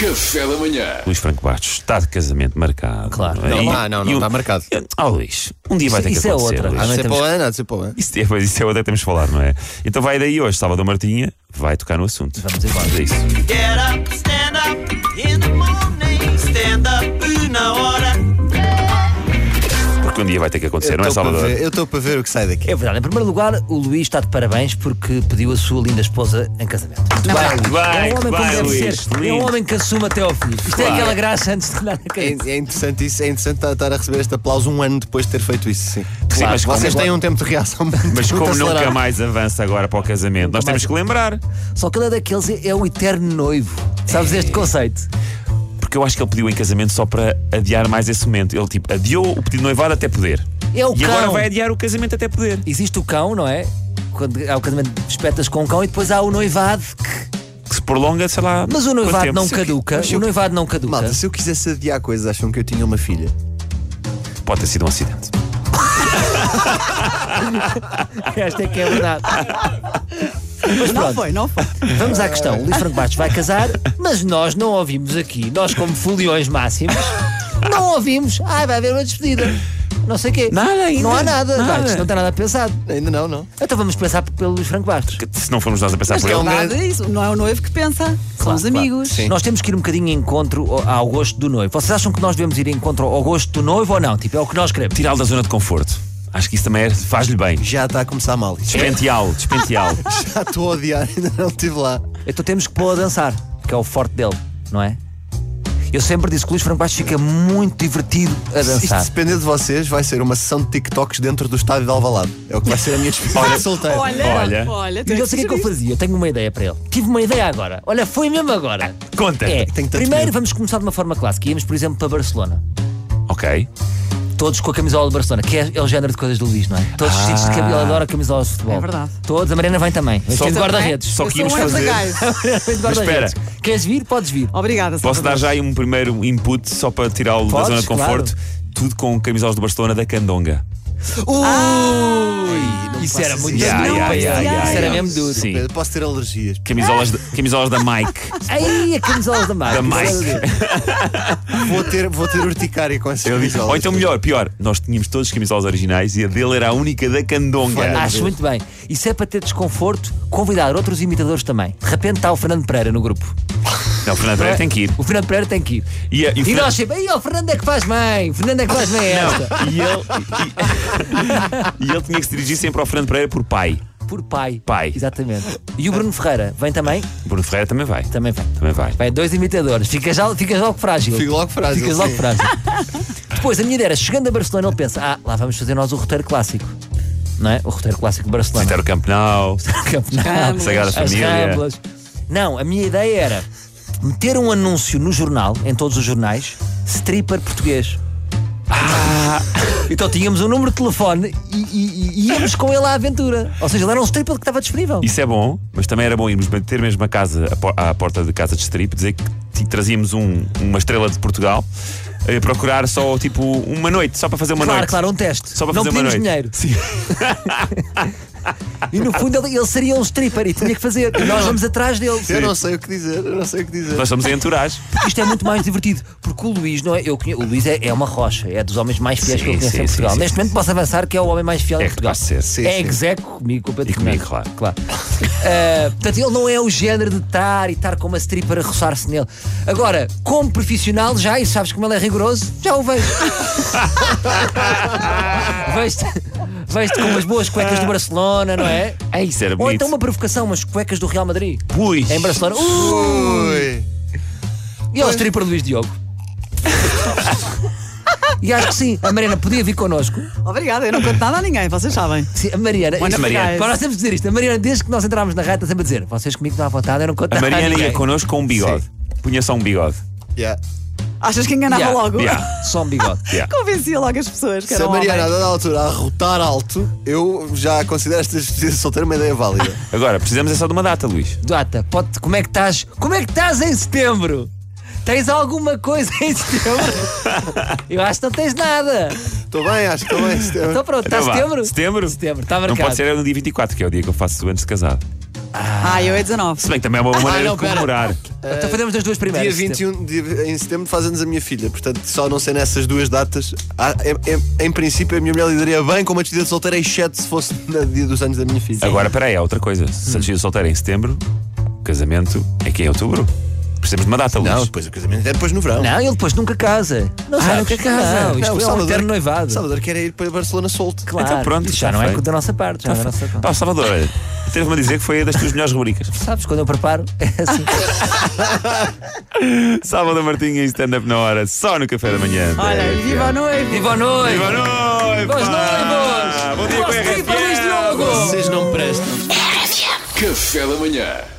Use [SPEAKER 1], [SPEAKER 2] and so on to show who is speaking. [SPEAKER 1] Café da manhã.
[SPEAKER 2] Luís Franco Bastos está de casamento marcado.
[SPEAKER 3] Claro.
[SPEAKER 2] é?
[SPEAKER 3] Não,
[SPEAKER 2] E-
[SPEAKER 4] não, não,
[SPEAKER 2] e
[SPEAKER 4] não
[SPEAKER 2] o-
[SPEAKER 4] está marcado.
[SPEAKER 2] Ah, Luís, um dia vai ter que
[SPEAKER 3] isso é
[SPEAKER 2] acontecer.
[SPEAKER 3] outra.
[SPEAKER 2] Luís.
[SPEAKER 4] Há de ser
[SPEAKER 3] temos-
[SPEAKER 4] para o ano, há de ser para o ano.
[SPEAKER 2] Isso, é, pois, isso é outra que temos de falar, não é? Então vai daí hoje, Salvador Martinha, vai tocar no assunto.
[SPEAKER 3] Vamos embora.
[SPEAKER 2] É isso.
[SPEAKER 5] Get up, stand up in the morning. Stand up una hora.
[SPEAKER 2] Porque um dia vai ter que acontecer, não é,
[SPEAKER 4] Eu estou para
[SPEAKER 2] Salvador?
[SPEAKER 4] ver- Eu estou para ver o que sai daqui.
[SPEAKER 3] É verdade. Em primeiro lugar, o Luís está de parabéns porque pediu a sua linda esposa em casamento.
[SPEAKER 2] Vai,
[SPEAKER 3] é um homem
[SPEAKER 2] vai,
[SPEAKER 3] como deve
[SPEAKER 2] Luís,
[SPEAKER 3] ser. É um
[SPEAKER 2] lindo.
[SPEAKER 3] homem que assume até ao fim. Isto é aquela graça antes de nada
[SPEAKER 4] É,
[SPEAKER 3] cair.
[SPEAKER 4] é interessante isso, é interessante estar- estar a receber este aplauso um ano depois de ter feito isso, sim.
[SPEAKER 2] Claro, mas
[SPEAKER 4] Vocês
[SPEAKER 2] como-
[SPEAKER 4] têm um tempo de reação muito
[SPEAKER 2] Mas
[SPEAKER 4] muito
[SPEAKER 2] como nunca
[SPEAKER 4] acelerado.
[SPEAKER 2] mais avança agora para o casamento, nós temos
[SPEAKER 3] mais.
[SPEAKER 2] que lembrar.
[SPEAKER 3] Só que ele é daqueles, é o eterno noivo.
[SPEAKER 2] É.
[SPEAKER 3] Sabes este conceito?
[SPEAKER 2] Porque eu acho que ele pediu em casamento só para adiar mais esse momento. Ele, tipo, adiou o pedido de noivado até poder.
[SPEAKER 3] É o
[SPEAKER 2] e agora
[SPEAKER 3] cão.
[SPEAKER 2] vai adiar o casamento até poder.
[SPEAKER 3] Existe o cão, não é? Quando há o casamento, espetas com o cão e depois há o noivado. que-
[SPEAKER 2] Que se prolonga, sei lá.
[SPEAKER 3] Mas o
[SPEAKER 2] quanto
[SPEAKER 3] noivado
[SPEAKER 2] tempo.
[SPEAKER 3] não caduca.
[SPEAKER 4] mas eu-
[SPEAKER 3] O noivado não caduca.
[SPEAKER 4] Malta, se eu quisesse adiar coisas, acham que eu tinha uma filha.
[SPEAKER 2] Pode ter sido um acidente.
[SPEAKER 3] Esta é que é a verdade. Mas não foi, não foi. Vamos à questão. O Luís Franco Bastos vai casar, mas nós não ouvimos aqui. Nós, como foliões máximos, não ouvimos. Ai, vai haver uma despedida. Não sei o quê.
[SPEAKER 2] Nada ainda.
[SPEAKER 3] Não há nada.
[SPEAKER 2] Nada.
[SPEAKER 3] Vai, isto não tem nada pensado.
[SPEAKER 4] Ainda não, não.
[SPEAKER 3] Então vamos pensar pelo Luís Franco Bastos.
[SPEAKER 2] Que Se não formos nós a pensar por
[SPEAKER 4] que é
[SPEAKER 2] ele.
[SPEAKER 4] um
[SPEAKER 6] Nada,
[SPEAKER 4] grande-
[SPEAKER 6] isso. Não é o noivo que pensa, são
[SPEAKER 3] Claro,
[SPEAKER 6] os
[SPEAKER 3] claro.
[SPEAKER 6] amigos.
[SPEAKER 4] Sim.
[SPEAKER 3] Nós temos que ir um bocadinho em encontro ao- ao gosto do noivo. Vocês acham que nós devemos ir em encontro ao gosto do noivo ou não? Tipo, é o que nós queremos.
[SPEAKER 2] Tirá-lo da zona de conforto. Acho que isso também é- faz-lhe bem.
[SPEAKER 4] Já está a começar mal.
[SPEAKER 2] É. Despenteá-lo, despenteá-lo.
[SPEAKER 4] Já estou a odiar, ainda não estive lá.
[SPEAKER 3] Então temos que pô-lo a dançar, que é o forte dele, não é? Eu sempre disse que o Luís Franco Bastos fica muito divertido a
[SPEAKER 4] Isto
[SPEAKER 3] dançar.
[SPEAKER 4] se depender de vocês, vai ser uma sessão de TikToks dentro do estádio de Alvalade. É o que vai ser a minha despedida de solteiro.
[SPEAKER 6] Olha,
[SPEAKER 2] Olha.
[SPEAKER 6] olha,
[SPEAKER 3] Mas eu sei o que é que eu fazia, eu tenho uma ideia para ele. Tive uma ideia agora. Olha, foi mesmo agora.
[SPEAKER 2] Conta.
[SPEAKER 3] É,
[SPEAKER 4] tenho tanto
[SPEAKER 3] primeiro
[SPEAKER 4] medo.
[SPEAKER 3] vamos começar de uma forma clássica. Íamos, por exemplo, para Barcelona.
[SPEAKER 2] Ok.
[SPEAKER 3] Todos com a camisola de Barcelona, que é, é o género de coisas do Luís, não é?
[SPEAKER 2] Ah.
[SPEAKER 3] Todos vestidos de cabelo, adora camisola de futebol.
[SPEAKER 6] É verdade.
[SPEAKER 3] Todos, a Mariana vem também. Vestido de é guarda-redes. um
[SPEAKER 2] Só que íamos fazer-
[SPEAKER 3] Vestido de guarda-redes. Queres vir? Podes vir.
[SPEAKER 6] Obrigada,
[SPEAKER 2] Posso
[SPEAKER 6] Salvador.
[SPEAKER 2] dar já aí um primeiro input só para tirá-lo da
[SPEAKER 3] Podes,
[SPEAKER 2] zona de conforto? Tudo com camisolas do Barcelona da Candonga.
[SPEAKER 3] Isso era muito
[SPEAKER 4] isso.
[SPEAKER 3] duro.
[SPEAKER 6] Ya, ya, ya, ya,
[SPEAKER 3] Isso era
[SPEAKER 6] ya.
[SPEAKER 3] mesmo duro.
[SPEAKER 2] Sim.
[SPEAKER 4] Eu Posso ter alergias.
[SPEAKER 2] Camisolas, de- camisolas da Mike.
[SPEAKER 3] Aí a camisola da Mike.
[SPEAKER 2] Da Mike.
[SPEAKER 4] Vou ter, vou ter urticária com essas
[SPEAKER 2] Eu disse,
[SPEAKER 4] camisolas.
[SPEAKER 2] ou então melhor, pior, nós tínhamos todos as camisolas originais e a dele era a única da Candonga.
[SPEAKER 3] Acho muito bem. E se é para ter desconforto, convidar outros imitadores também. De repente está o Fernando Pereira no grupo.
[SPEAKER 2] Não, Fernando Pereira tem que ir.
[SPEAKER 3] O Fernando Pereira tem que ir.
[SPEAKER 2] E, a- e o
[SPEAKER 3] E
[SPEAKER 2] Fernando-
[SPEAKER 3] nós sempre, aí o Fernando é que faz bem, o Fernando é que faz bem esta.
[SPEAKER 2] E ele, e- e ele tinha que se dirigir sempre ao Fernando Pereira por pai.
[SPEAKER 3] Por pai.
[SPEAKER 2] Pai.
[SPEAKER 3] Exatamente. E o Bruno Ferreira vem também?
[SPEAKER 2] Bruno Ferreira também vai.
[SPEAKER 3] Também vem.
[SPEAKER 2] Também vai.
[SPEAKER 3] Vai dois imitadores. Ficas, al- ficas logo frágil.
[SPEAKER 4] Fico logo frágil,
[SPEAKER 3] Ficas logo
[SPEAKER 4] sim.
[SPEAKER 3] frágil. Depois, a minha ideia era, chegando a Barcelona, ele pensa, ah, lá vamos fazer nós o roteiro clássico. Não é? O roteiro clássico de Barcelona.
[SPEAKER 2] Visitar o Camp Nou,
[SPEAKER 3] Campeonato,
[SPEAKER 6] As
[SPEAKER 2] Sagrada
[SPEAKER 3] as
[SPEAKER 2] Família.
[SPEAKER 3] Ramblas. Não, a minha ideia era meter um anúncio no jornal, em todos os jornais, stripper português.
[SPEAKER 2] Ah!
[SPEAKER 3] Então tínhamos um número de telefone e, e- e íamos com ele à aventura. Ou seja, ele era um stripper que estava disponível.
[SPEAKER 2] Isso é bom, mas também era bom irmos ter mesmo a casa, a por- à porta de casa de strip, dizer que ti- trazíamos um- uma estrela de Portugal, eh, procurar só tipo uma noite, só para fazer uma
[SPEAKER 3] claro,
[SPEAKER 2] noite.
[SPEAKER 3] claro, um teste.
[SPEAKER 2] Só para
[SPEAKER 3] Não
[SPEAKER 2] fazer uma
[SPEAKER 3] pedimos
[SPEAKER 2] noite.
[SPEAKER 3] dinheiro. e no fundo ele, ele seria um stripper e tinha que fazer. E nós vamos atrás dele.
[SPEAKER 4] Eu não sei o que dizer, eu não sei o que dizer.
[SPEAKER 2] Nós estamos em entourage.
[SPEAKER 3] Isto é muito mais divertido, porque o Luís, não é? Eu conhe- o Luís é, é uma rocha, é dos homens mais fiéis
[SPEAKER 2] Sim,
[SPEAKER 3] que eu conheço
[SPEAKER 2] sim,
[SPEAKER 3] em Portugal.
[SPEAKER 2] sim, sim,
[SPEAKER 3] Neste momento posso avançar que é o homem mais fiel
[SPEAKER 2] É
[SPEAKER 3] em
[SPEAKER 2] que
[SPEAKER 3] Portugal.
[SPEAKER 2] capaz de ser. Sim,
[SPEAKER 3] é
[SPEAKER 4] sim.
[SPEAKER 3] execo comigo, com o Pedro
[SPEAKER 2] E comigo,
[SPEAKER 3] Fernandes.
[SPEAKER 2] claro.
[SPEAKER 3] Ah, portanto, ele não é o género de estar e estar com uma stripper a roçar-se nele. Agora, como profissional, já, e sabes como ele é rigoroso, já o vejo. Vejo-te vejo com umas boas cuecas do Barcelona, não é?
[SPEAKER 2] É isso, era
[SPEAKER 3] Ou
[SPEAKER 2] bonito.
[SPEAKER 3] então uma provocação, umas cuecas do Real Madrid.
[SPEAKER 2] Ui.
[SPEAKER 3] Em Barcelona. Uh!
[SPEAKER 4] Ui.
[SPEAKER 3] E ao stripper Luís Diogo. e acho que sim, a Mariana podia vir connosco.
[SPEAKER 6] Obrigada, eu não conto nada a ninguém, vocês sabem.
[SPEAKER 3] Sim, a Mariana.
[SPEAKER 6] Olha,
[SPEAKER 3] isto-
[SPEAKER 2] Mariana.
[SPEAKER 3] Agora nós temos de dizer isto. A Mariana, desde que nós entrámos na reta, sempre a dizer: vocês comigo estão à vontade, eu não conto
[SPEAKER 2] A Mariana
[SPEAKER 3] nada.
[SPEAKER 2] ia connosco com um bigode. Punha só um bigode.
[SPEAKER 4] Yeah.
[SPEAKER 6] Achas que enganava
[SPEAKER 3] Yeah,
[SPEAKER 6] logo?
[SPEAKER 2] yeah.
[SPEAKER 3] Só um bigode.
[SPEAKER 2] Yeah.
[SPEAKER 6] Convencia logo as pessoas que
[SPEAKER 4] Se a
[SPEAKER 3] um
[SPEAKER 6] eram
[SPEAKER 4] Mariana a
[SPEAKER 6] homens.
[SPEAKER 4] dada altura a rotar alto, eu já considero esta despedida de solteiro uma ideia válida.
[SPEAKER 2] Agora, precisamos é só de uma data, Luís.
[SPEAKER 3] Duata, pode, como é que estás? Como é que estás em setembro? Tens alguma coisa em setembro? eu acho que não tens nada.
[SPEAKER 4] Estou bem, acho que estou bem. Estevão.
[SPEAKER 3] Então pronto, está
[SPEAKER 2] Então vá.
[SPEAKER 3] setembro?
[SPEAKER 2] Setembro?
[SPEAKER 3] Setembro, está
[SPEAKER 2] Não
[SPEAKER 3] marcado.
[SPEAKER 2] pode ser no é dia 24, que é o dia que eu faço antes de casado.
[SPEAKER 6] Ah, eu é 19.
[SPEAKER 3] Ah,
[SPEAKER 2] Se bem que também é uma maneira
[SPEAKER 4] não,
[SPEAKER 2] de
[SPEAKER 4] pera.
[SPEAKER 2] comemorar.
[SPEAKER 3] Então fazemos das duas
[SPEAKER 4] Dia
[SPEAKER 3] primeiras.
[SPEAKER 4] 21 de, em setembro faz anos a minha filha, portanto, só não ser nessas duas datas, há- em, em- em princípio a minha mulher lidaria bem com uma despedida de solteira, exceto se fosse no dia dos anos da minha filha.
[SPEAKER 2] Agora, peraí, há outra coisa. Se a
[SPEAKER 3] Hum.
[SPEAKER 2] despedida solteira é em setembro, o casamento é que é em outubro. Precisamos de uma data,
[SPEAKER 4] Não,
[SPEAKER 2] Luís.
[SPEAKER 4] depois o casamento é depois no verão.
[SPEAKER 3] Não, ele depois nunca casa. Não
[SPEAKER 4] sabes?
[SPEAKER 3] nunca casa. Não,
[SPEAKER 4] Não,
[SPEAKER 3] isto
[SPEAKER 4] o
[SPEAKER 3] é um eterno noivado.
[SPEAKER 4] Salvador quer ir para Barcelona solto.
[SPEAKER 3] Claro,
[SPEAKER 2] Então pronto, Ah,
[SPEAKER 3] isto
[SPEAKER 2] está
[SPEAKER 3] já não é
[SPEAKER 2] feito.
[SPEAKER 3] da nossa parte. Já não é da nossa parte.
[SPEAKER 2] Pá, Salvador, olha, teve-me a dizer que foi das tuas melhores rubricas.
[SPEAKER 3] Sabes, quando eu preparo, é assim.
[SPEAKER 2] Salvador Martinha e stand-up na hora, só no café da manhã.
[SPEAKER 6] Olha, e viva a noiva!
[SPEAKER 3] Viva a noite!
[SPEAKER 2] Viva a noite!
[SPEAKER 3] Boas
[SPEAKER 2] pá!
[SPEAKER 3] noivos!
[SPEAKER 2] Bom dia com a
[SPEAKER 3] Viva Luís
[SPEAKER 2] RFM!
[SPEAKER 4] Então,
[SPEAKER 3] Diogo!
[SPEAKER 4] Vocês não prestam.
[SPEAKER 1] Café da manhã.